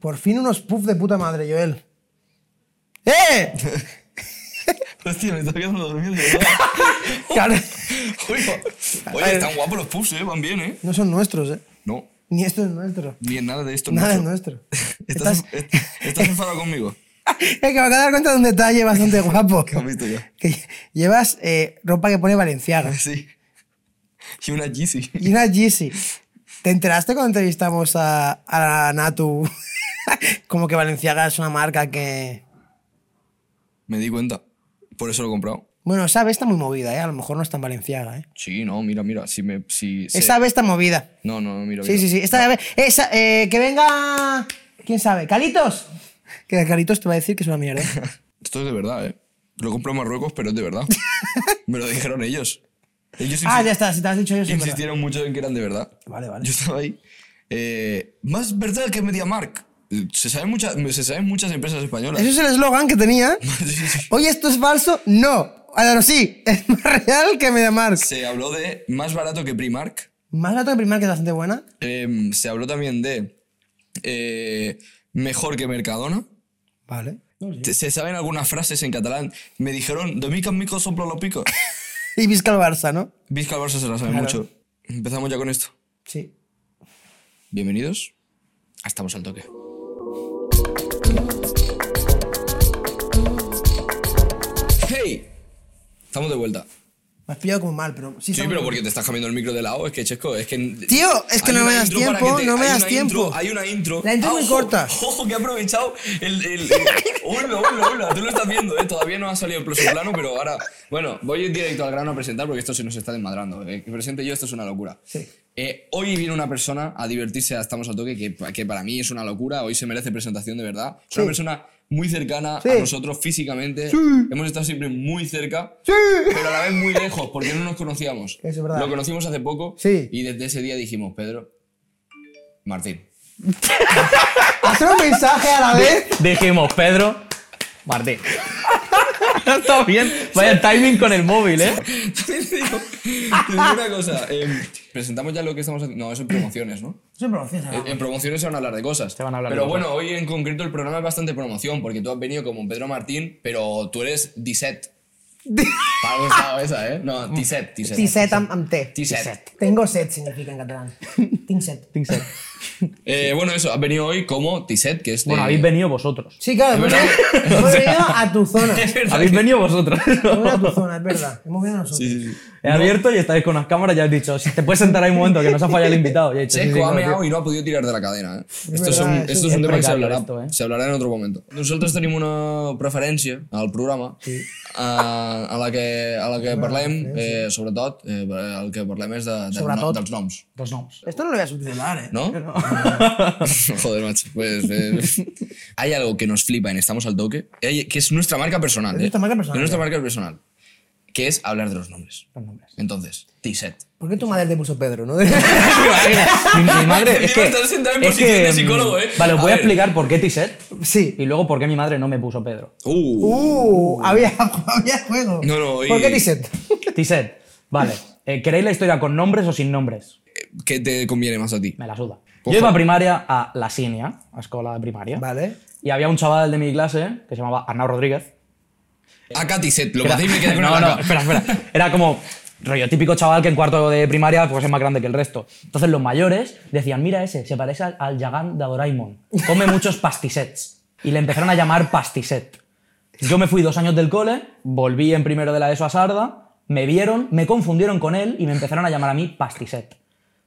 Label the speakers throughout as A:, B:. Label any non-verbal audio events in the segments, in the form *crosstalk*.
A: Por fin unos puffs de puta madre, Joel.
B: *laughs*
A: ¡Eh!
B: Hostia, me está quedando dormido, de ¿verdad?
A: *laughs* Claro,
B: Oiga. Oye, están guapos los puffs, ¿eh? Van bien, ¿eh?
A: no son nuestros, ¿eh?
B: No,
A: Ni esto es nuestro.
B: ni en nada de esto.
A: Nada es
B: nuestro.
A: nuestro.
B: *laughs* ¿Estás, est- estás enfadado conmigo?
A: *laughs* Es que me acabo de dar cuenta de un detalle bastante guapo.
B: *laughs* ¿Qué has visto ya? Ah,
A: Que llevas eh, ropa que pone Valenciaga
B: Sí. *laughs* Y una Yeezy. *laughs*
A: y una Yeezy. ¿Te enteraste cuando entrevistamos a, a Natu? *laughs* Como que Valenciaga es una marca que...
B: Me di cuenta. Por eso lo he comprado.
A: Bueno, esa ave está muy movida, ¿eh? A lo mejor no es tan Valenciaga, ¿eh?
B: Sí, no, mira, mira. Si me. Si, se-
A: Esa ave está movida.
B: No, no, no, mira.
A: Sí,
B: mira.
A: sí, sí. Esta ave... Esa, eh, que venga... ¿Quién sabe? ¿Calitos? Que Calitos te va a decir que es una *laughs* mierda.
B: Esto es de verdad, ¿eh? Lo compré en Marruecos, pero es de
A: *laughs*
B: verdad. me lo dijeron ellos. Ellos
A: ah,
B: insi-
A: ya está. Si te has dicho yo, sí, es verdad.
B: insistieron mucho en que eran de verdad.
A: Vale, vale.
B: *laughs* Yo estaba ahí. eh, más verdad que MediaMark. Se saben muchas, se saben muchas empresas españolas.
A: Eso es el eslogan que tenía.
B: *laughs* Sí, sí, sí.
A: Oye, ¿esto es falso? No. Ahora sí, *laughs* es más real que Mediamark.
B: Se habló de más barato que Primark.
A: Más barato que Primark, que es bastante buena.
B: Em, se habló también de eh, mejor que Mercadona.
A: Vale.
B: Te- Se saben algunas frases en catalán. Me dijeron, Domica mico soplo lo
A: *laughs*
B: pico.
A: Y Vizca al Barça, ¿no?
B: Vizca Barça se la sabe
A: Claro.
B: mucho. Empezamos ya con esto.
A: Sí.
B: Bienvenidos. a Estamos al toque. ¡Hey! Estamos de vuelta.
A: Me has pillado como mal, pero sí.
B: Sí,
A: estamos-
B: pero porque te estás cambiando el micro de lado, es que, Chesco, es que...
A: Tío, es que
B: Hay
A: no
B: una
A: me das
B: intro para
A: tiempo,
B: que
A: no me
B: hay
A: das
B: una intro,
A: tiempo.
B: hay una intro.
A: La intro es
B: Ah,
A: muy
B: ojo,
A: corta.
B: Ojo, que he aprovechado el...
A: *laughs*
B: el, el hola, hola, hola, tú lo estás viendo, ¿eh? Todavía no ha salido el próximo plano, pero ahora... Bueno, voy directo al grano a presentar porque esto se nos está desmadrando. eh, Que presente yo, esto es una locura.
A: Sí.
B: Eh, hoy viene una persona a divertirse a Estamos al Toque, que, pa- que para mí es una locura. Hoy se merece presentación de verdad. Es una
A: Sí.
B: persona muy cercana
A: Sí.
B: a nosotros físicamente. Hemos estado siempre muy cerca
A: Sí.
B: pero a la vez muy lejos, porque no nos
C: *laughs*
B: conocíamos.
A: Eso es verdad.
B: Lo conocimos hace poco
A: Sí.
B: y desde ese día dijimos, Pedro, Martín. *laughs*
A: Hacer un mensaje a la vez.
C: Dijimos, Pedro, Martín. *laughs* Está bien. Vaya timing con el móvil, ¿eh?
B: te digo, te digo una cosa, em, presentamos ya lo que estamos haciendo. No, eso en promociones, ¿no?
A: Siempre lo hacías,
C: Eh,
B: En, en promociones se van a hablar de cosas.
C: Ah, Se van a hablar de
B: pero
C: cosas.
B: bueno, hoy en concreto el programa es bastante promoción, porque tú has venido como un Pedro Martín, pero tú eres
C: *laughs*
B: Diset. Para algo estaba esa, ¿eh? No, Diset, Diset.
A: Tiset am, am te.
B: Diset.
A: Tengo set significa en catalán.
C: *laughs*
A: Tinset.
B: Eh, bueno, eso, has venido hoy como Diset, que es de...
C: Bueno, habéis venido vosotros.
A: Sí, claro, hemos
B: verdad.
A: venido-
C: *laughs*
A: hemos venido a tu zona. Hemos
C: Habéis
B: *laughs*
C: venido vosotros.
A: venido a tu zona, es verdad. Hemos venido nosotros.
B: Sí, sí, sí.
C: He abierto y estáis con las cámaras y has dicho, si te puedes sentar ahí un momento, que nos ha fallado el invitado. Y he dicho, sí, sí,
B: Checo ha
C: claro,
B: meado
C: tío.
B: y no ha podido tirar de la cadena. Eh? Esto,
A: verdad,
B: és un,
A: eso
B: esto
A: és
B: és un tema que se
C: precario,
B: hablarà,
C: esto, eh?
B: se hablarà en otro momento. Nosaltres tenim una preferència al programa sí. a, a, la que, a la que parlem, eh, sobretot, eh, el que parlem és de, de, pues no,
A: Sobretot.
B: dels noms.
C: Dos noms.
A: Esto no lo voy a subtitular, ¿eh?
B: ¿No? *laughs* Joder, macho. Pues, eh, Hay algo que nos flipa en Estamos al Toque, eh, que es nuestra marca personal.
A: Es
B: eh.
A: nuestra marca personal,
B: Es nuestra marca personal. Que es hablar de los nombres.
C: Dos nombres.
B: Entonces, T-Set.
A: ¿Por qué tu madre te puso Pedro, no? *laughs*
C: Mi,
B: *laughs*
C: mi madre, es que...
B: Estás sentado en
C: es
B: posición
C: que, mm,
B: de psicólogo, ¿eh?
C: Vale, os
B: A
C: voy a
B: ver.
C: explicar por qué Tiset
A: sí.
C: y luego por qué mi madre no me puso Pedro.
B: Uh.
A: Uh, había, había juego.
B: No, no, y-
A: ¿Por qué Tiset?
C: Tiset, vale. eh, ¿Queréis la historia con nombres o sin nombres?
B: ¿Qué te conviene más a ti?
C: Me la suda.
B: Ojo.
C: Yo iba a primaria a La Sínia, a escola de primaria.
A: Vale.
C: Y había un chaval de mi clase que se llamaba Arnau Rodríguez.
B: Acá Tiset, lo
C: Que
B: que
C: era-
B: hacéis me quedé con
C: *laughs* no,
B: el
C: no,
B: acá.
C: espera, espera. Era como rollo típico chaval que en cuarto de primaria pues es más grande que el resto. Entonces los mayores decían, mira ese, se parece al, al Yagan de Doraemon. Come muchos pastisets. Y le empezaron a llamar pastiset. Yo me fui dos años del cole, volví en primero de la ESO a Sarda, me vieron, me confundieron con él y me empezaron a llamar a mí pastiset.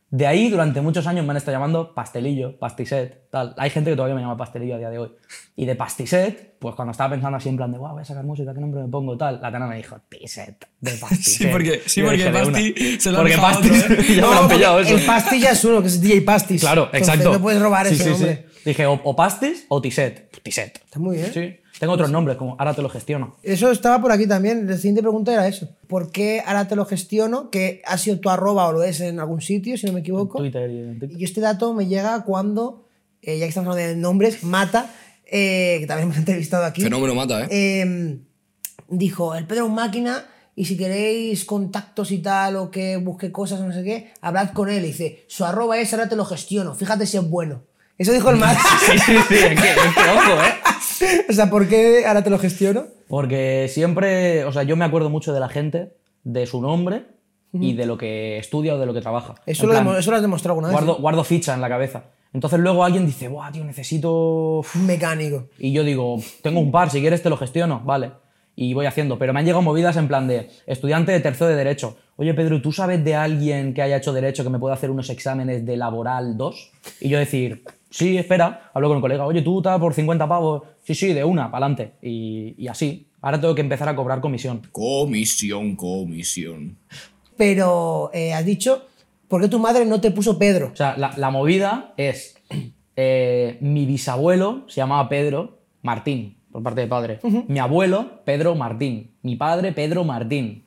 C: De ahí, durante muchos años me han estado llamando pastelillo, pastiset, tal. Hay gente que todavía me llama pastelillo a día de hoy. Y de pastiset, pues cuando estaba pensando así en plan de, guau, voy a sacar música, ¿qué nombre me pongo? Tal, la Tana me dijo, tiset, de pastiset.
B: Sí, porque- sí,
C: Yo
B: porque
C: dije, "De
B: pasti
C: una".
B: se lo han
C: Porque
B: dejado
C: pasti
B: otro,
C: *laughs*
B: ¿eh?
C: ya me lo han
A: porque
C: pillado eso.
A: El pastilla es uno, que es DJ Pastis.
C: Claro,
A: Entonces,
C: exacto.
A: No puedes robar
C: Sí,
A: ese
C: sí, sí.
A: nombre.
C: Dije, o, o pastis o tiset. Tiset.
A: Está muy bien.
C: Sí. Tengo otros nombres, como ahora te lo gestiono.
A: Eso estaba por aquí también. La siguiente pregunta era eso. ¿Por qué ahora te lo gestiono? Que ha sido tu arroba o lo es en algún sitio, si no me equivoco.
C: Twitter y en TikTok.
A: Y este dato me llega cuando, eh, ya que estamos hablando de nombres, Mata, eh, que también *laughs* hemos entrevistado aquí.
B: Fenómeno mata, ¿eh?
A: Eh, dijo, el Pedro es un máquina y si queréis contactos y tal o que busque cosas o no sé qué, hablad con él. Y dice, su arroba es, ahora te lo gestiono, fíjate si es bueno. Eso dijo el Max.
C: Sí, sí, sí, es que, es que ojo, ¿eh?
A: o sea, ¿por qué ahora te lo gestiono?
C: Porque siempre, o sea, yo me acuerdo mucho de la gente, de su nombre y de lo que estudia o de lo que trabaja.
A: Eso,
C: En
A: lo,
C: plan,
A: demo- eso lo has demostrado alguna vez.
C: guardo, guardo ficha en la cabeza. Entonces luego alguien dice, buah, tío, necesito...
A: Un Mecánico.
C: Y yo digo, tengo un par, si quieres te lo gestiono, vale. Y voy haciendo. Pero me han llegado movidas en plan de estudiante de tercero de Derecho. Oye, Pedro, ¿tú sabes de alguien que haya hecho Derecho que me pueda hacer unos exámenes de laboral 2? Y yo decir, sí, espera, hablo con un colega. Oye, tú estás por 50 pavos. Sí, sí, de una, pa'lante. Y, y así. Ahora tengo que empezar a cobrar comisión.
B: Comisión, comisión.
A: Pero eh, has dicho, ¿por qué tu madre no te puso Pedro?
C: O sea, la, la movida es, *clears throat* eh, mi bisabuelo se llamaba Pedro Martín, por parte de padre. Mi abuelo, Pedro Martín. Mi padre, Pedro Martín.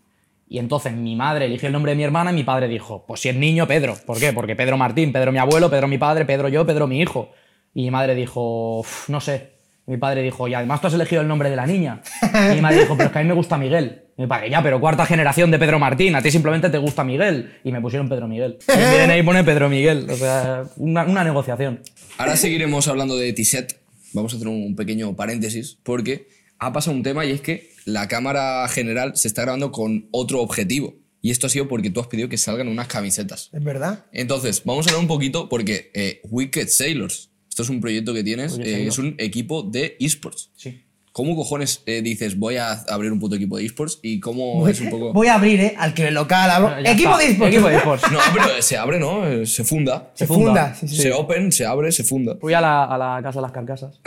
C: Y entonces mi madre eligió el nombre de mi hermana y mi padre dijo, pues si es niño, Pedro. ¿Por qué? Porque Pedro Martín, Pedro mi abuelo, Pedro mi padre, Pedro yo, Pedro mi hijo. Y mi madre dijo, "Uf, no sé. Mi padre dijo, y además tú has elegido el nombre de la niña. Y mi madre dijo, pero es que a mí me gusta Miguel. Y mi padre, ya, pero cuarta generación de Pedro Martín, a ti simplemente te gusta Miguel. Y me pusieron Pedro Miguel.
A: *laughs*
C: Y en DNA ahí pone Pedro Miguel. O sea, una, una negociación.
B: Ahora seguiremos hablando de Tisset. Vamos a hacer un pequeño paréntesis porque ha pasado un tema y es que la cámara general se está grabando con otro objetivo. Y esto ha sido porque tú has pedido que salgan unas camisetas.
A: Es verdad.
B: Entonces, vamos a hablar un poquito porque eh, Wicked Sailors, esto es un proyecto que tienes,
C: Wicked
B: eh, es
C: Sailors.
B: un equipo de esports.
C: Sí.
B: ¿Cómo cojones eh, dices voy a abrir un puto equipo de esports y cómo es un poco...
A: Voy a abrir, ¿eh? Al que local abro.
C: Ah, Ya
A: Equipo
C: está.
A: de esports.
C: Equipo de esports.
B: No, pero se abre, ¿no? Eh, Se funda.
A: Se
C: Se funda.
A: funda. sí, sí, sí.
B: Se open, se abre, se funda.
C: Fui a la, a la casa de las carcasas.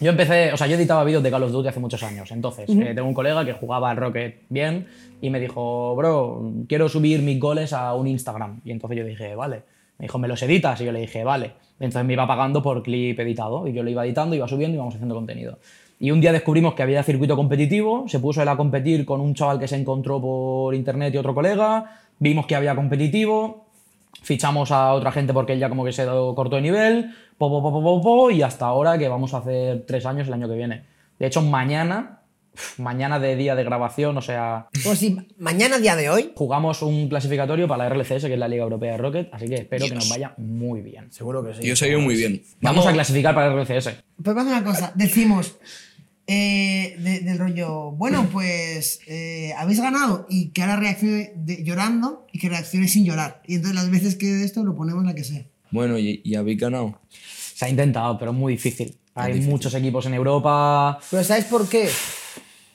C: yo empecé, o sea, yo editaba vídeos de Call of Duty hace muchos años. Entonces, eh, tengo un colega que jugaba al Rocket bien y me dijo, bro, quiero subir mis goles a un Instagram. Y entonces yo dije, vale. Me dijo, ¿me los editas? Y yo le dije, vale. Entonces me iba pagando por clip editado. Y yo lo iba editando, iba subiendo y íbamos haciendo contenido. Y un día descubrimos que había circuito competitivo, se puso él a competir con un chaval que se encontró por internet y otro colega, vimos que había competitivo, fichamos a otra gente porque él ya como que se dio corto de nivel, po, po, po, po, po, po, y hasta ahora que vamos a hacer tres años el año que viene. De hecho, mañana, uf, mañana de día de grabación, o sea,
A: Como Pues si mañana, día de hoy.
C: jugamos un clasificatorio para la RLCS, que es la Liga Europea de Rocket, así que espero que nos vaya muy bien.
A: Seguro que sí.
B: Yo sé muy bien.
C: Vamos a clasificar para la RLCS.
D: Pues vamos a una cosa, decimos eh, de- del rollo, bueno, pues eh, habéis ganado y que ahora reaccione de- llorando y que reaccione sin llorar. Y entonces las veces que de esto lo ponemos la que sea.
B: Bueno, y, y habéis ganado.
C: Se ha intentado, pero es muy difícil. Hay muchos equipos en Europa.
A: Pero ¿sabes por qué?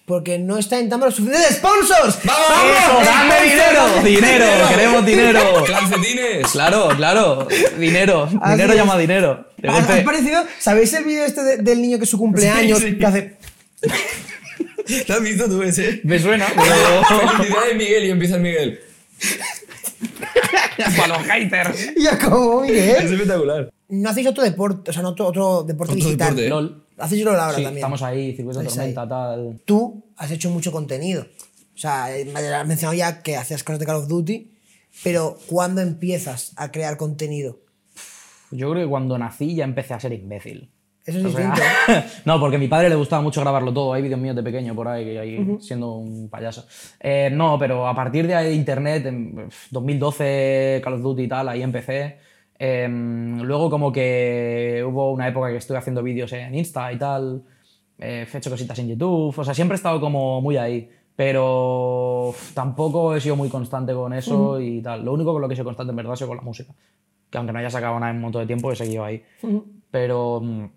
A: Porque no está entrando los suficientes sponsors. ¡Vamos!
C: ¡Eso! ¡Dame dinero! ¡Dinero! ¡Queremos dinero! *laughs*
B: ¡Calcetines!
C: Claro, claro. Dinero.
A: Así
C: Dinero
A: es.
C: llama dinero. De
A: ¿Has,
C: golpe-
A: has parecido? ¿Sabéis el vídeo este de- del niño que es su cumpleaños?
B: Sí, sí.
A: Que hace...
B: ¿Lo has visto tú ese?
C: Me *laughs* suena, pero.
B: Felicidades, Miguel, y empieza el Miguel.
C: Para los haters.
A: Y yo como,
B: Es *laughs*
A: Miguel.
B: espectacular.
A: No hacéis otro deporte, o sea, no otro, otro deporte
B: Otro
A: digital.
B: deporte.
C: LOL.
A: Hacéis LOL ahora
C: Sí,
A: también.
C: estamos ahí, circuito de
A: Estáis ahí.
C: tormenta, tal.
A: Tú has hecho mucho contenido. O sea, eh, me has mencionado ya que hacías cosas de Call of Duty, pero ¿cuándo empiezas a crear contenido?
C: Yo creo que cuando nací ya empecé a ser imbécil.
A: Eso es
C: O sea,
A: distinto. ¿eh?
C: *laughs* no, porque a mi padre le gustaba mucho grabarlo todo. Hay vídeos míos de pequeño por ahí, que ahí siendo un payaso. Eh, no, pero a partir de ahí de internet, en uf, 2012, Call of Duty y tal, ahí empecé. Em, luego como que hubo una época que estuve haciendo vídeos en Insta y tal. Eh, he hecho cositas en YouTube. O sea, siempre he estado como muy ahí. Pero uf, tampoco he sido muy constante con eso y tal. Lo único con lo que he sido constante en verdad ha sido con la música. Que aunque no haya sacado nada en un montón de tiempo, he seguido ahí. Pero, mm,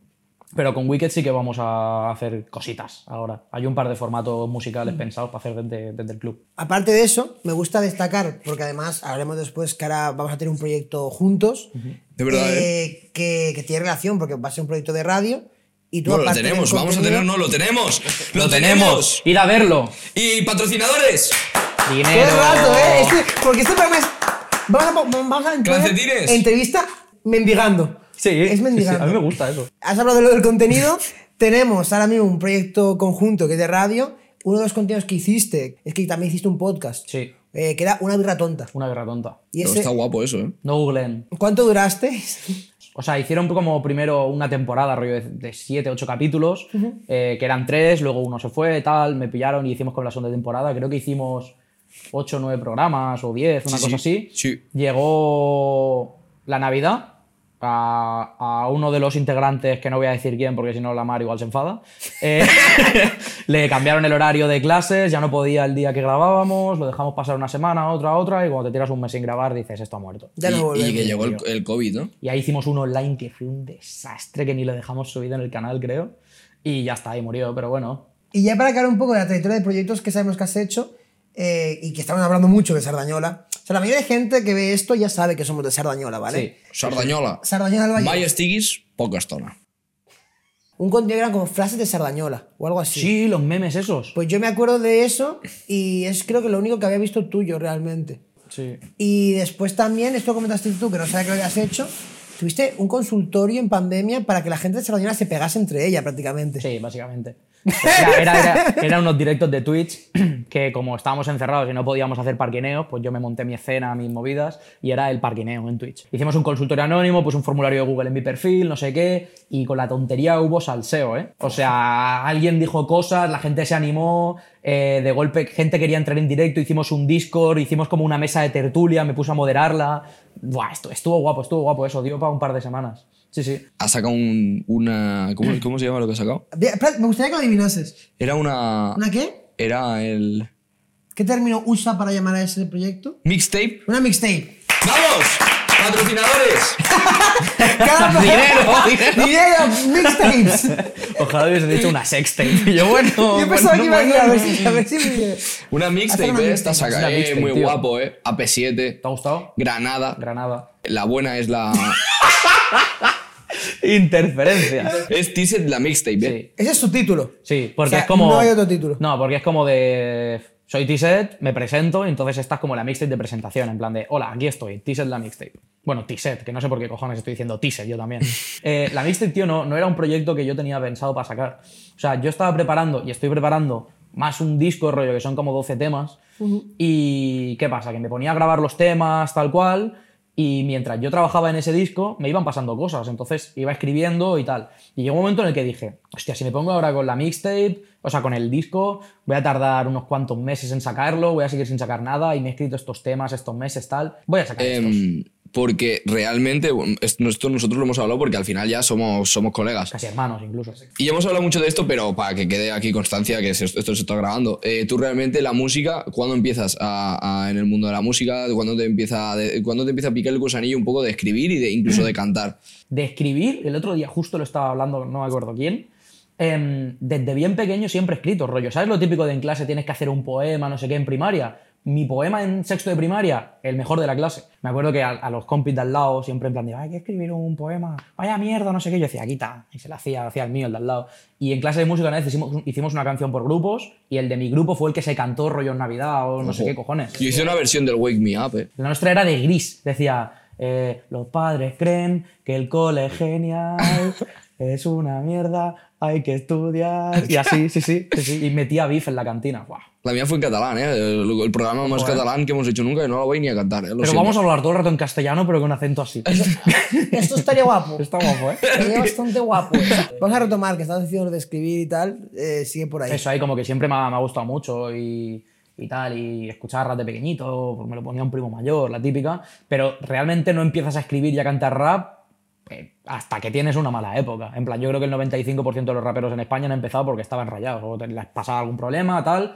C: pero con Wicked sí que vamos a hacer cositas ahora. Hay un par de formatos musicales
A: Mm.
C: pensados para hacer desde, desde el club.
A: Aparte de eso, me gusta destacar, porque además hablaremos después que ahora vamos a tener un proyecto juntos.
B: De verdad,
A: eh, que, que tiene relación, porque va a ser un proyecto de radio. Y tú
B: No, lo
A: aparte del
B: tenemos, vamos a
A: contenido-
B: tener, no, lo tenemos. ¡Lo tenemos!
C: ¡Ir a verlo!
B: ¡Y patrocinadores!
C: ¡Dinero!
A: Todo el rato, ¿eh? Este- porque este programa es. Vamos a, po- vamos a entrar en
B: Calcetines.
A: entrevista mendigando.
C: Sí,
A: Es
C: sí, sí,
A: mendigando.
C: a mí me gusta eso.
A: Has hablado de lo del contenido. *laughs* Tenemos ahora mismo un proyecto conjunto que es de radio. Uno de los contenidos que hiciste es que también hiciste un podcast.
C: Sí,
A: eh, que era una birra tonta.
C: una guerra tonta.
A: Y
B: Pero
A: ese,
B: está guapo eso, ¿eh?
C: No googlen.
A: ¿Cuánto durasteis?
C: O sea, hicieron como primero una temporada, rollo de- de 7, 8 capítulos, eh, que eran tres, luego uno se fue, tal, me pillaron y hicimos con la segunda temporada. Creo que hicimos 8, 9 programas o 10, una
B: Sí,
C: cosa
B: sí,
C: así.
B: sí.
C: Llegó la Navidad a, a uno de los integrantes, que no voy a decir quién porque si no la Mar igual se enfada,
B: *laughs*
C: eh, le cambiaron el horario de clases, ya no podía el día que grabábamos, lo dejamos pasar una semana, otra, otra, y cuando te tiras un mes sin grabar dices, esto ha muerto.
A: *laughs* Ya no
B: y, y
A: volvemos.
B: que llegó el, el COVID, ¿no?
C: Y ahí hicimos un online que fue un desastre, que ni lo dejamos subido en el canal, creo, y ya está, ahí murió, pero bueno.
A: Y ya para hablar un poco de la trayectoria de proyectos que sabemos que has hecho eh, y que estamos hablando mucho de Sardañola. O sea, la mayoría de gente que ve esto ya sabe que somos de Sardañola, ¿vale?
C: Sí.
B: Sardañola.
A: Sardañola del Valle.
B: Mayo Stigis, poca estona.
A: Un contenido que eran como frases de Sardañola o algo así.
C: Sí, los memes esos.
A: Pues yo me acuerdo de eso y es creo que lo único que había visto tuyo realmente.
C: Sí.
A: Y después también, esto comentaste tú, que no sabía que lo habías hecho, tuviste un consultorio en pandemia para que la gente de Sardañola se pegase entre ella prácticamente.
C: Sí, *laughs* básicamente. Era, era- era- eran unos directos de Twitch *clears throat* que como estábamos encerrados y no podíamos hacer parquineos, pues yo me monté mi escena, mis movidas y era el parquineo en Twitch. Hicimos un consultorio anónimo, puse un formulario de Google en mi perfil, no sé qué, y con la tontería hubo salseo, ¿eh? O sea, alguien dijo cosas, la gente se animó, eh, de golpe gente quería entrar en directo, hicimos un Discord, hicimos como una mesa de tertulia, me puse a moderarla. Buah, esto, estuvo guapo, estuvo guapo eso, dio para un par de semanas. Sí, sí.
B: Ha sacado un- una. ¿cómo, cómo se llama lo que ha sacado?
A: Bien, espera,
D: Me gustaría que lo adivinases.
B: Era
C: Ah.
B: una.
D: ¿Una qué?
B: Era el.
D: ¿Qué término usa para llamar a ese proyecto?
B: Mixtape.
D: Una mixtape.
B: ¡Vamos! ¡Patrocinadores!
D: Cada-
B: ¡Dinero! ¡Dinero!
D: Dinero, mixtapes.
C: *laughs* Ojalá hubiese dicho una sextape. Y yo, bueno.
D: Yo
C: bueno,
D: pensaba que
C: no,
D: iba a ir a
C: bueno.
D: ver si, a ver si me-
B: Una mixtape,
D: Hacer una
B: eh,
D: mixtape,
B: Está saca,
C: una
B: eh,
C: mixtape,
B: muy
C: tío.
B: guapo, ¿eh? AP7.
C: ¿Te ha gustado?
B: Granada.
C: Granada.
B: La buena es la.
C: Interferencias.
B: es Tisset la mixtape, ¿eh?
C: Sí,
A: Ese es su título.
C: sí, porque
A: O sea,
C: es como.
A: no hay otro título.
C: No, porque es como de. Soy T-Set, me presento, y entonces estás como la mixtape de presentación, en plan de, hola, aquí estoy, T-Set la mixtape. Bueno, T-Set, que no sé por qué cojones estoy diciendo T-Set yo
A: *laughs*
C: también. Eh, la mixtape, tío, no, no era un proyecto que yo tenía pensado para sacar. O sea, yo estaba preparando y estoy preparando más un disco, rollo, que son como 12 temas. Y ¿qué pasa? Que me ponía a grabar los temas, tal cual, Y mientras yo trabajaba en ese disco, me iban pasando cosas. Entonces iba escribiendo y tal. Y llegó un momento en el que dije, hostia, si me pongo ahora con la mixtape, o sea, con el disco, voy a tardar unos cuantos meses en sacarlo, voy a seguir sin sacar nada y me he escrito estos temas estos meses, tal. Voy a sacar estos.
B: Em, porque realmente, bueno, es- esto nosotros lo hemos hablado porque al final ya somos, somos colegas.
C: Casi hermanos, incluso.
B: Y hemos hablado mucho de esto, pero para que quede aquí constancia que se- esto se está grabando. Eh, tú realmente la música, ¿cuándo empiezas a- a- en el mundo de la música? ¿Cuándo te empieza, a de- cuándo te empieza a picar el gusanillo un poco de escribir y de incluso de cantar?
C: de escribir, el otro día justo lo estaba hablando, no me acuerdo quién, em, desde bien pequeño siempre he escrito, rollo, ¿sabes lo típico de en clase tienes que hacer un poema, no sé qué, en primaria? Mi poema en sexto de primaria, el mejor de la clase. Me acuerdo que a, a los compis de al lado siempre en plan de, "Ay, hay que escribir un poema, vaya mierda, no sé qué, yo decía, quita, y se lo hacía, lo hacía el mío, el de al lado. Y en clase de música una vez hicimos, hicimos una canción por grupos y el de mi grupo fue el que se cantó rollo en Navidad o no sé qué cojones.
B: Yo hice una versión del Wake Me Up, eh.
C: La nuestra era de gris. Decía, eh, los padres creen que el cole es genial, es una mierda, hay que estudiar. Y así, sí, sí. sí, sí. Y metía beef en la cantina. Guau.
B: La mía fue en catalán, ¿eh? El, el programa más catalán que hemos hecho nunca y no la voy ni a cantar, ¿eh? Lo
C: Pero
B: siento.
C: vamos a hablar todo el rato en castellano, pero con acento
A: *laughs*
C: así.
A: Esto estaría guapo.
C: Está guapo, ¿eh?
A: Estaría bastante guapo. Vamos a retomar, que estás diciendo lo de escribir y tal. eh, sigue por ahí.
C: Eso ahí como que siempre me ha, me ha gustado mucho y, y tal, y escuchar rap de pequeñito, pues me lo ponía un primo mayor, la típica, pero realmente no empiezas a escribir y a cantar rap eh, hasta que tienes una mala época. En plan, yo creo que el 95% de los raperos en España han empezado porque estaban rayados o te- les pasaba algún problema, tal.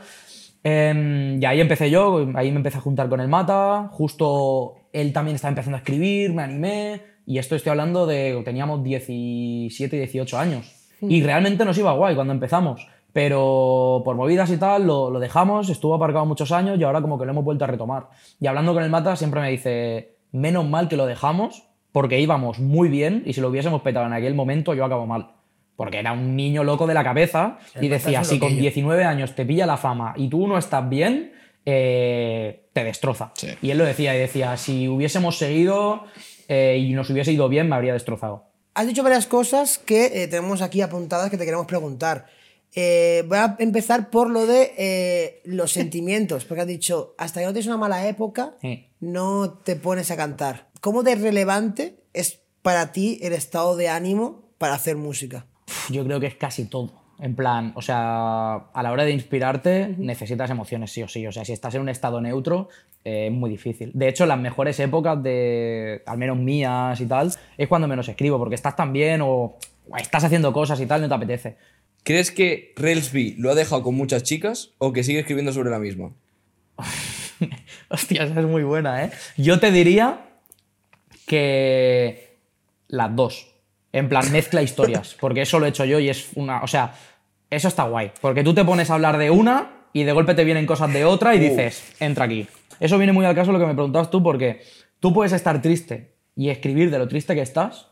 C: Em, y ahí empecé yo, ahí me empecé a juntar con el Mata, justo él también estaba empezando a escribir, me animé, y esto estoy hablando de, teníamos 17, 18 años. Y realmente nos iba guay cuando empezamos, pero por movidas y tal lo, lo dejamos, estuvo aparcado muchos años y ahora como que lo hemos vuelto a retomar. Y hablando con el Mata siempre me dice, menos mal que lo dejamos, porque íbamos muy bien y si lo hubiésemos petado en aquel momento yo acabo mal. Porque era un niño loco de la cabeza y decía, si con 19 años te pilla la fama y tú no estás bien, eh, te destroza.
B: Sí.
C: Y él lo decía, y decía, si hubiésemos seguido eh, y nos hubiese ido bien, me habría destrozado.
A: Has dicho varias cosas que eh, tenemos aquí apuntadas que te queremos preguntar. Eh, voy a empezar por lo de eh, los sentimientos, porque has dicho, hasta que no tienes una mala época,
C: Sí.
A: no te pones a cantar. ¿Cómo de relevante es para ti el estado de ánimo para hacer música?
C: Pf, Yo creo que es casi todo. En plan, o sea, a la hora de inspirarte necesitas emociones sí o sí. O sea, si estás en un estado neutro eh, es muy difícil. De hecho, las mejores épocas de, al menos mías y tal, es cuando menos escribo, porque estás tan bien o estás haciendo cosas y tal, no te apetece.
B: ¿Crees que Relsby lo ha dejado con muchas chicas o que sigue escribiendo sobre la misma?
C: *laughs* Hostia, esa es muy buena, ¿eh? Yo te diría que las dos. En plan, mezcla historias. Porque eso lo he hecho yo y es una. O sea, eso está guay. Porque tú te pones a hablar de una y de golpe te vienen cosas de otra y dices, entra aquí. Eso viene muy al caso de lo que me preguntabas tú, porque tú puedes estar triste y escribir de lo triste que estás,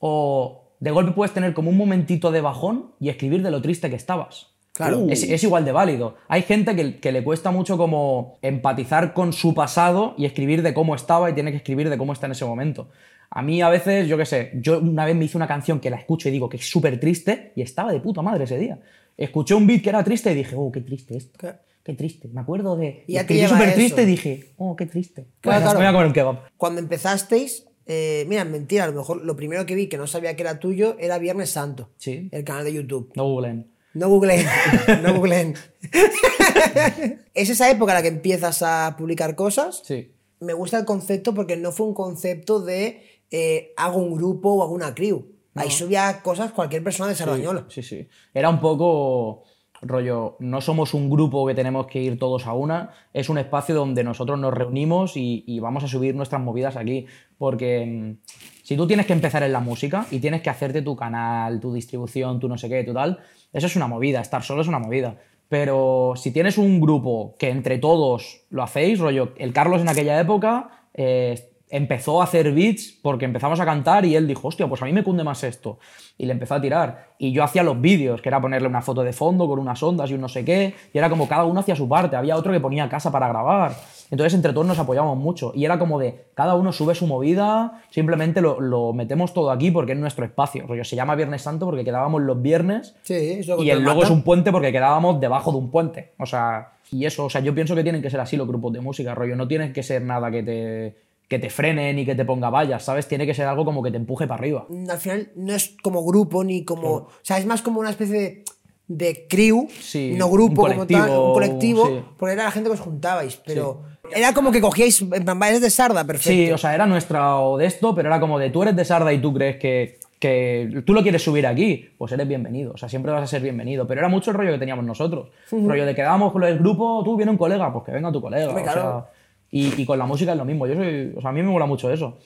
C: o de golpe puedes tener como un momentito de bajón y escribir de lo triste que estabas.
A: Claro.
C: Es, es igual de válido. Hay gente que, que le cuesta mucho como empatizar con su pasado y escribir de cómo estaba y tiene que escribir de cómo está en ese momento. A mí a veces, yo qué sé, yo una vez me hice una canción que la escucho y digo que es súper triste y estaba de puta madre ese día. Escuché un beat que era triste y dije, oh, qué triste esto.
A: Claro.
C: Qué triste. Me acuerdo de...
A: Y ya te
C: escribí
A: lleva
C: súper triste y
A: eso.
C: dije, oh, qué triste. Bueno,
A: Claro,
C: Me
A: claro.
C: voy a comer un kebab.
A: Cuando empezasteis, eh, mira, mentira, a lo mejor lo primero que vi que no sabía que era tuyo era Viernes Santo.
C: Sí.
A: El canal de YouTube.
C: No googlen.
A: No googleen, *laughs* no googleen. *laughs* es esa época en la que empiezas a publicar cosas.
C: Sí.
A: Me gusta el concepto porque no fue un concepto de eh, hago un grupo o hago una crew. Ahí subía cosas cualquier persona de Sardañola.
C: Sí, sí. Era un poco rollo, no somos un grupo que tenemos que ir todos a una, es un espacio donde nosotros nos reunimos y, y vamos a subir nuestras movidas aquí, porque mm, si tú tienes que empezar en la música y tienes que hacerte tu canal, tu distribución, tu no sé qué, tu tal, eso es una movida, estar solo es una movida. Pero si tienes un grupo que entre todos lo hacéis, rollo, el Carlos en aquella época eh, empezó a hacer beats porque empezamos a cantar y él dijo, hostia, pues a mí me cunde más esto. Y le empezó a tirar. Y yo hacía los vídeos, que era ponerle una foto de fondo con unas ondas y un no sé qué. Y era como cada uno hacía su parte. Había otro que ponía casa para grabar. Entonces entre todos nos apoyábamos mucho. Y era como de, cada uno sube su movida, simplemente lo, lo metemos todo aquí porque es nuestro espacio. Rollo, se llama Viernes Santo porque quedábamos los viernes
A: Sí, es lo que
C: y
A: te
C: el logo
A: mata.
C: es un puente porque quedábamos debajo de un puente. O sea, y eso, o sea, yo pienso que tienen que ser así los grupos de música, rollo. No tienen que ser nada que te, que te frene ni que te ponga vallas, ¿sabes? Tiene que ser algo como que te empuje para arriba.
A: Mm, Al final no es como grupo ni como. O sea, es más como una especie de, de crew,
C: Sí,
A: no grupo
C: un
A: como tal,
C: colectivo,
A: un colectivo,
C: sí.
A: porque era la gente que os juntabais, pero. Era como que cogíais, en plan, "Vale, eres de Sarda, perfecto.
C: Sí, o sea, era nuestra o de esto, pero era como de tú eres de Sarda y tú crees que, que tú lo quieres subir aquí, pues eres bienvenido. O sea, siempre vas a ser bienvenido. Pero era mucho el rollo que teníamos nosotros. Rollo de quedábamos con el grupo, tú viene un colega, pues que venga tu colega.
A: Hombre,
C: o
A: claro.
C: sea, y, y con la música es lo mismo. Yo soy, o sea, a mí me mola mucho eso.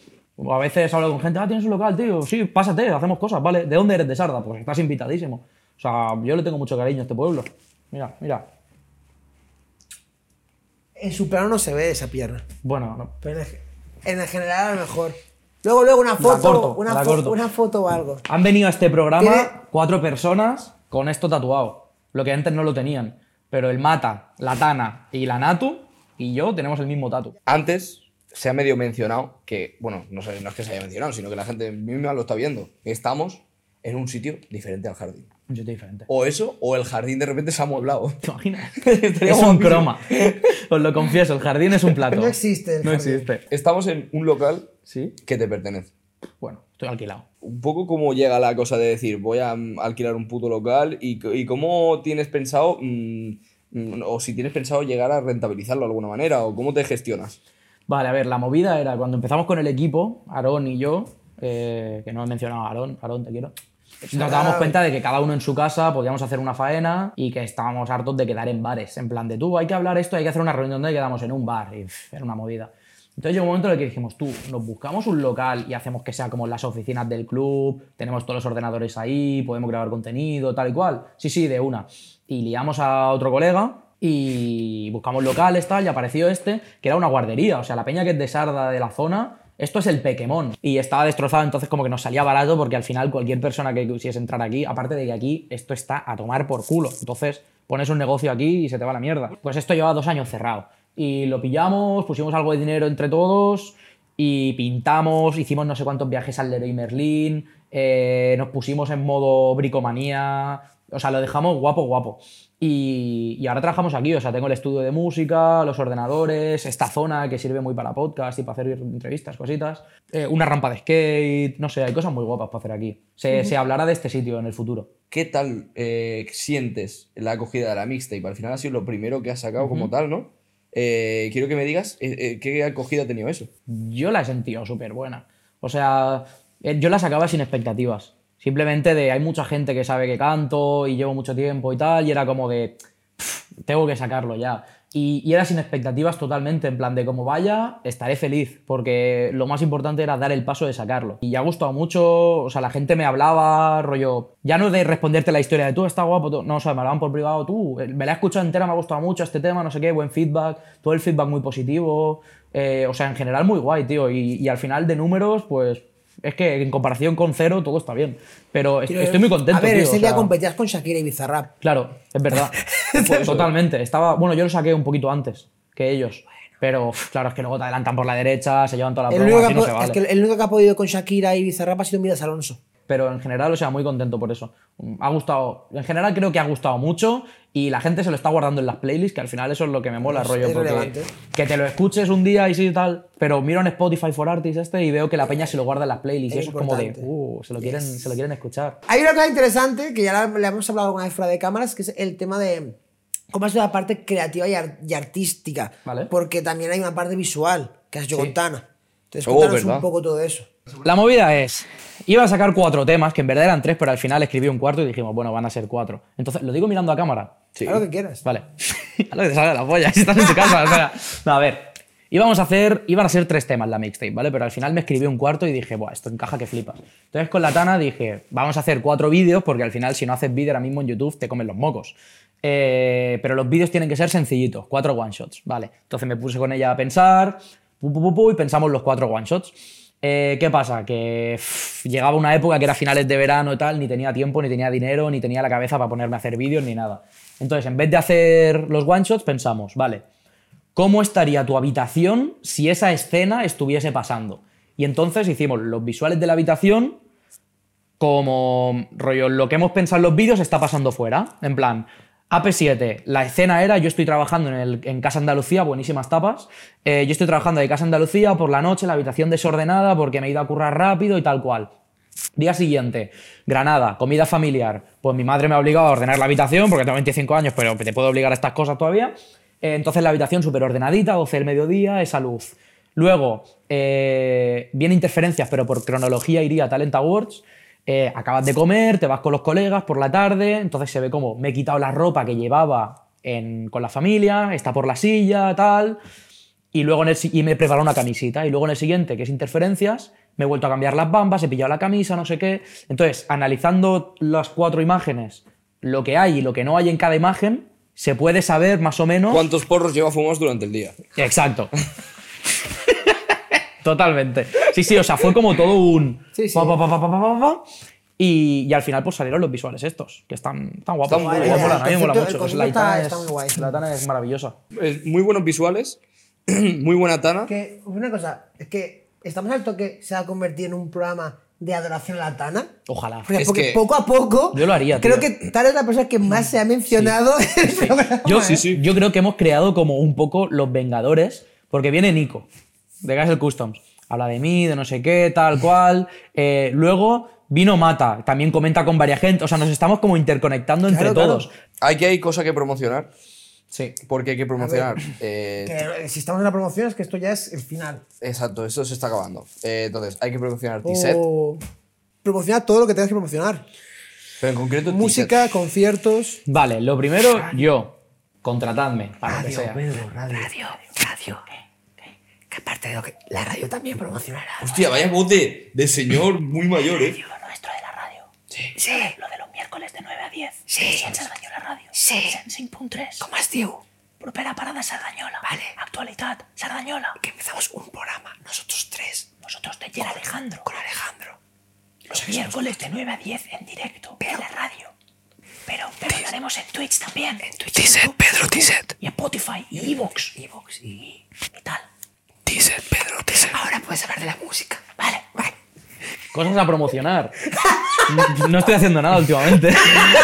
C: A veces hablo con gente, ah, tienes un local, tío, sí, pásate, hacemos cosas, ¿vale? ¿De dónde eres de Sarda? Pues estás invitadísimo. O sea, yo le tengo mucho cariño a este pueblo. Mira, mira.
A: En su plano no se ve esa pierna.
C: Bueno, no.
A: Pero en, el, en general a lo mejor. Luego, luego una foto,
C: corto,
A: una,
C: la
A: fo-
C: corto.
A: una foto o algo.
C: Han venido a este programa
A: Tiene-
C: cuatro personas con esto tatuado. Lo que antes no lo tenían. Pero el Mata, la Tana y la Natu y yo tenemos el mismo tatu.
B: Antes se ha medio mencionado que, bueno, no, sé, no es que se haya mencionado, sino que la gente misma lo está viendo. Estamos en un sitio diferente al jardín.
C: Yo
B: *laughs*
C: estoy diferente.
B: O eso, o el jardín de repente se ha amueblado. *laughs*
C: ¿Te *laughs* imaginas?
B: Estaría
C: es
B: guapísimo.
C: un croma. Os lo confieso, el jardín es un plato.
A: *laughs* No existe el
C: No
A: jardín.
C: existe.
B: Estamos en un local
C: ¿Sí?
B: que te pertenece.
C: Bueno, estoy alquilado.
B: Un poco cómo llega la cosa de decir, voy a mm, alquilar un puto local y, c- y cómo tienes pensado, mm, mm, o si tienes pensado llegar a rentabilizarlo de alguna manera, o cómo te gestionas.
C: Vale, a ver, la movida era cuando empezamos con el equipo, Aarón y yo, eh, que no he mencionado a Aarón, Aarón te quiero. Nos dábamos cuenta de que cada uno en su casa podíamos hacer una faena y que estábamos hartos de quedar en bares. En plan de tú, hay que hablar esto, hay que hacer una reunión donde quedamos en un bar. Y pff, era una movida. Entonces llegó un momento en el que dijimos, tú, nos buscamos un local y hacemos que sea como las oficinas del club, tenemos todos los ordenadores ahí, podemos grabar contenido, tal y cual. Sí, sí, de una. Y liamos a otro colega y buscamos locales, tal, y apareció este, que era una guardería. O sea, la peña que es de Sarda de la zona, esto es el Pokémon. Y estaba destrozado, entonces como que nos salía barato porque al final cualquier persona que quisiese entrar aquí, aparte de que aquí esto está a tomar por culo. Entonces pones un negocio aquí y se te va la mierda. Pues esto lleva dos años cerrado. Y lo pillamos, pusimos algo de dinero entre todos y pintamos, hicimos no sé cuántos viajes al Leroy Merlin, eh, nos pusimos en modo bricomanía, O sea, lo dejamos guapo, guapo. Y, y ahora trabajamos aquí, o sea, tengo el estudio de música, los ordenadores, esta zona que sirve muy para podcast y para hacer entrevistas, cositas, eh, una rampa de skate, no sé, hay cosas muy guapas para hacer aquí. Se, se hablará de este sitio en el futuro.
B: ¿Qué tal eh, sientes la acogida de la mixtape? Al final ha sido lo primero que has sacado como tal, ¿no? Eh, quiero que me digas eh, eh, qué acogida ha tenido eso.
C: yo la he sentido súper buena. O sea, eh, yo la sacaba sin expectativas. Simplemente de hay mucha gente que sabe que canto y llevo mucho tiempo y tal, y era como de "Pff, tengo que sacarlo ya. Y, y era sin expectativas totalmente, en plan de como vaya, estaré feliz, porque lo más importante era dar el paso de sacarlo. Y ya ha gustado mucho, o sea, la gente me hablaba, rollo, ya no de responderte la historia de tú, está guapo, tú", no, o sea, me hablaban por privado, tú, eh, me la he escuchado entera, me ha gustado mucho este tema, no sé qué, buen feedback, todo el feedback muy positivo, eh, o sea, en general muy guay, tío. Y, y al final de números, pues es que en comparación con cero todo está bien. Pero es- estoy muy contento.
A: A ver,
C: tío,
A: ese
C: o
A: día
C: sea,
A: competías con Shakira y Bizarrap.
C: Claro, es
A: *laughs*
C: verdad. Pues Totalmente. Estaba, bueno, yo lo saqué un poquito antes que ellos. Pero uf, claro, es que luego te adelantan por la derecha, se llevan toda la
A: El
C: broma,
A: único, que
C: así
A: ha
C: no
A: po-
C: se
A: es
C: vale.
A: que el único que ha podido con Shakira y Bizarrap ha sido Midas Alonso.
C: Pero en general, o sea, muy contento por eso. Mm, Ha gustado, en general creo que ha gustado mucho y la gente se lo está guardando en las playlists, que al final eso es lo que me mola,
A: Es-
C: rollo.
A: es
C: porque
A: relevante.
C: que te lo escuches un día y sí y tal, pero miro en Spotify for Artists este y veo que la peña se lo guarda en las playlists y
A: Es
C: eso es como de,
A: importante.
C: uh, se lo, quieren, se lo quieren escuchar.
A: Hay una cosa interesante que ya la- le hemos hablado alguna vez fuera de cámaras, que es el tema de cómo ha sido la parte creativa y, ar- y artística.
C: Vale.
A: Porque también hay una parte visual que has hecho
C: Sí.
A: con Tana. Entonces,
B: Oh,
A: cuéntanos
B: verdad.
A: un poco todo eso.
C: La movida es, iba a sacar cuatro temas, que en verdad eran tres, pero al final escribí un cuarto y dijimos, bueno, van a ser cuatro. Entonces, lo digo mirando a cámara.
B: Sí.
A: Haz lo que quieras.
C: Vale. *laughs* a lo que te salga la polla, *laughs* si estás en tu casa, espera. No, a ver. Íbamos a hacer, iban a ser tres temas la mixtape, ¿vale? Pero al final me escribí un cuarto y dije, buah, esto encaja que flipas. Entonces con la Tana dije, vamos a hacer cuatro vídeos porque al final si no haces vídeo ahora mismo en YouTube te comen los mocos. Eh, pero los vídeos tienen que ser sencillitos, cuatro one shots, ¿vale? Entonces me puse con ella a pensar, pu, pu, pu, pu, y pensamos los cuatro one shots. Eh, ¿Qué pasa? Que pff, llegaba una época que era finales de verano y tal, ni tenía tiempo, ni tenía dinero, ni tenía la cabeza para ponerme a hacer vídeos ni nada. Entonces, en vez de hacer los one shots, pensamos, vale, ¿cómo estaría tu habitación si esa escena estuviese pasando? Y entonces hicimos los visuales de la habitación como rollo, lo que hemos pensado en los vídeos está pasando fuera. En plan, AP7, la escena era, yo estoy trabajando en, el- en Casa Andalucía, buenísimas tapas, eh, yo estoy trabajando en Casa Andalucía por la noche, la habitación desordenada porque me he ido a currar rápido y tal cual. Día siguiente, Granada, comida familiar. Pues mi madre me ha obligado a ordenar la habitación porque tengo 25 años, pero te puedo obligar a estas cosas todavía. Eh, Entonces la habitación súper ordenadita, 12 del mediodía, esa luz. Luego, eh, viene interferencias, pero por cronología iría Talent Awards. Eh, acabas de comer, te vas con los colegas por la tarde, entonces se ve como me he quitado la ropa que llevaba en- con la familia, está por la silla, tal y luego en el, si- y me he preparado una camisita y luego en el siguiente que es interferencias me he vuelto a cambiar las bambas he pillado la camisa no sé qué entonces analizando las cuatro imágenes lo que hay y lo que no hay en cada imagen se puede saber más o menos
B: ¿Cuántos porros lleva fumados durante el día?
C: Exacto. *laughs* Totalmente. Sí, sí, o sea, fue como todo un.
A: Sí, sí.
C: pa, pa, pa, pa, pa, pa, pa, pa. Y, y al final pues salieron los visuales estos, que están, están guapos.
B: Están muy
C: Me
B: guapos.
C: molan, a mí me mola
A: El
C: mucho.
A: concepto- el
C: la
A: concepto
C: Itana
A: está- está muy guay.
C: es, la Itana es maravillosa.
B: Eh, muy buenos visuales, *clears throat* muy buena tana.
A: Que, una cosa, es que estamos al toque se va a convertir en un programa de adoración a la Tana.
C: Ojalá.
A: Porque,
B: Es
A: porque
B: que-
A: poco a poco.
C: Yo lo haría,
A: Creo
C: tío.
A: que Tana es la persona que más se ha mencionado *laughs* en el programa.
C: Yo,
B: Sí, sí.
C: yo creo que hemos creado como un poco los Vengadores, porque viene Nico, de Castle Customs. Habla de mí, de no sé qué, tal cual. Eh, luego vino Mata, también comenta con varias gente. O sea, nos estamos como interconectando entre
A: Claro, claro.
C: todos.
B: Hay que hay cosa que promocionar,
C: Sí.
B: porque hay que promocionar. Eh,
A: Que, eh, si estamos en la promoción, es que esto ya es el final.
B: exacto, esto se está acabando. Eh, entonces, hay que promocionar
A: Oh.
B: T-Set,
A: O Promocionar todo lo que tengas que promocionar:
B: pero en concreto T-Set.
A: música, conciertos.
C: Vale, lo primero, yo. Contratadme, para lo que
A: Radio,
C: sea.
A: Pedro, radio, radio, radio. Que aparte de lo que la radio también promocionará.
B: Hostia, vaya voz de, de señor muy mayor, ¿eh?
E: lo nuestro de la radio. Sí. Lo de los miércoles de 9 a 10. Sí. En Sardanyola Radio. Sí. En 5.3. Com es diu? Propera parada Sardanyola. Vale. Actualitat, Sardanyola. Que empezamos un programa, nosotros tres. Nosotros de y Alejandro. Con Alejandro. Los miércoles de 9 a 10 en directo. en la radio. Pero, pero lo haremos en Twitch también. En Twitch. Tizet, Pedro Tizet. Y en Spotify. Y Evox. Evox y... y tal. Tizet, Pedro Tizet. Ahora puedes hablar de la música. Vale. Vale.
C: Cosas a promocionar. *laughs* No estoy haciendo nada últimamente. *laughs*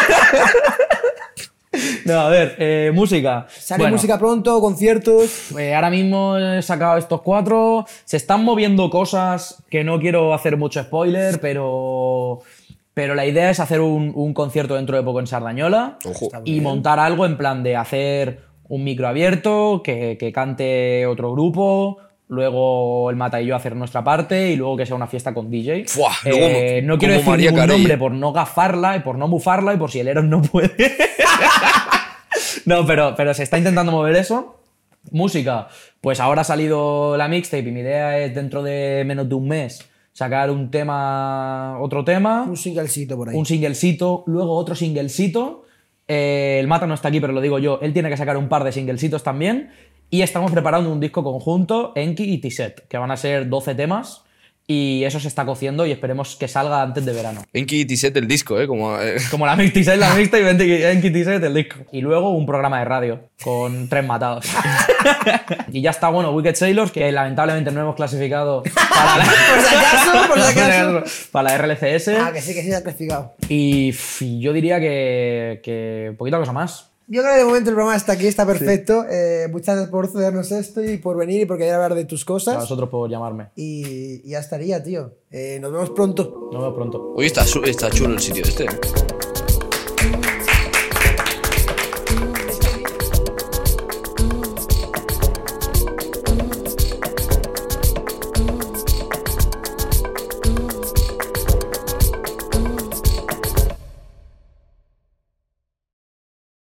C: No, a ver, eh, música.
A: Sale
C: Bueno,
A: música pronto, conciertos.
C: eh, ahora mismo he sacado estos cuatro. Se están moviendo cosas que no quiero hacer mucho spoiler, pero. Pero la idea es hacer un, un concierto dentro de poco en Sardañola
B: Ojo. Está
C: y montar algo en plan de hacer un micro abierto, que, que cante otro grupo, luego el Mata y yo hacer nuestra parte y luego que sea una fiesta con DJ.
B: Fuah, luego
C: Eh,
B: como
C: no quiero decir
B: María
C: ningún
B: Carey.
C: nombre por no gafarla y por no bufarla y por si el Eros no puede. no, pero, pero se está intentando mover eso. Música, pues ahora ha salido la mixtape y mi idea es dentro de menos de un mes sacar un tema, otro tema
A: Un singlecito por ahí.
C: un singlecito, luego otro singlecito. Eh, el Mata no está aquí, pero lo digo yo. Él tiene que sacar un par de singlecitos también. Y estamos preparando un disco conjunto, Enki y T-Set, que van a ser 12 temas. Y eso se está cociendo y esperemos que salga antes de verano.
B: Enki y T-Set del disco, ¿eh? Como, eh,
C: Como la mix T-Set, la mixta y Enki T-Set, el disco. Y luego un programa de radio con tres matados. y ya está, bueno, Wicked Sailors, que lamentablemente no hemos clasificado para la,
A: *laughs* Por si acaso, por si acaso.
C: para la RLCS.
A: Ah, que sí, que sí, se ha clasificado.
C: Y, f- y yo diría que, que poquita cosa más.
A: Yo creo que de momento el programa está aquí, está perfecto. Eh, muchas gracias por cedernos esto y por venir y por querer hablar de tus
C: A
A: cosas.
C: vosotros por llamarme.
A: Y y ya estaría, tío. Eh, nos vemos pronto.
C: Nos vemos pronto.
B: Oye, está, su- está chulo el sitio este.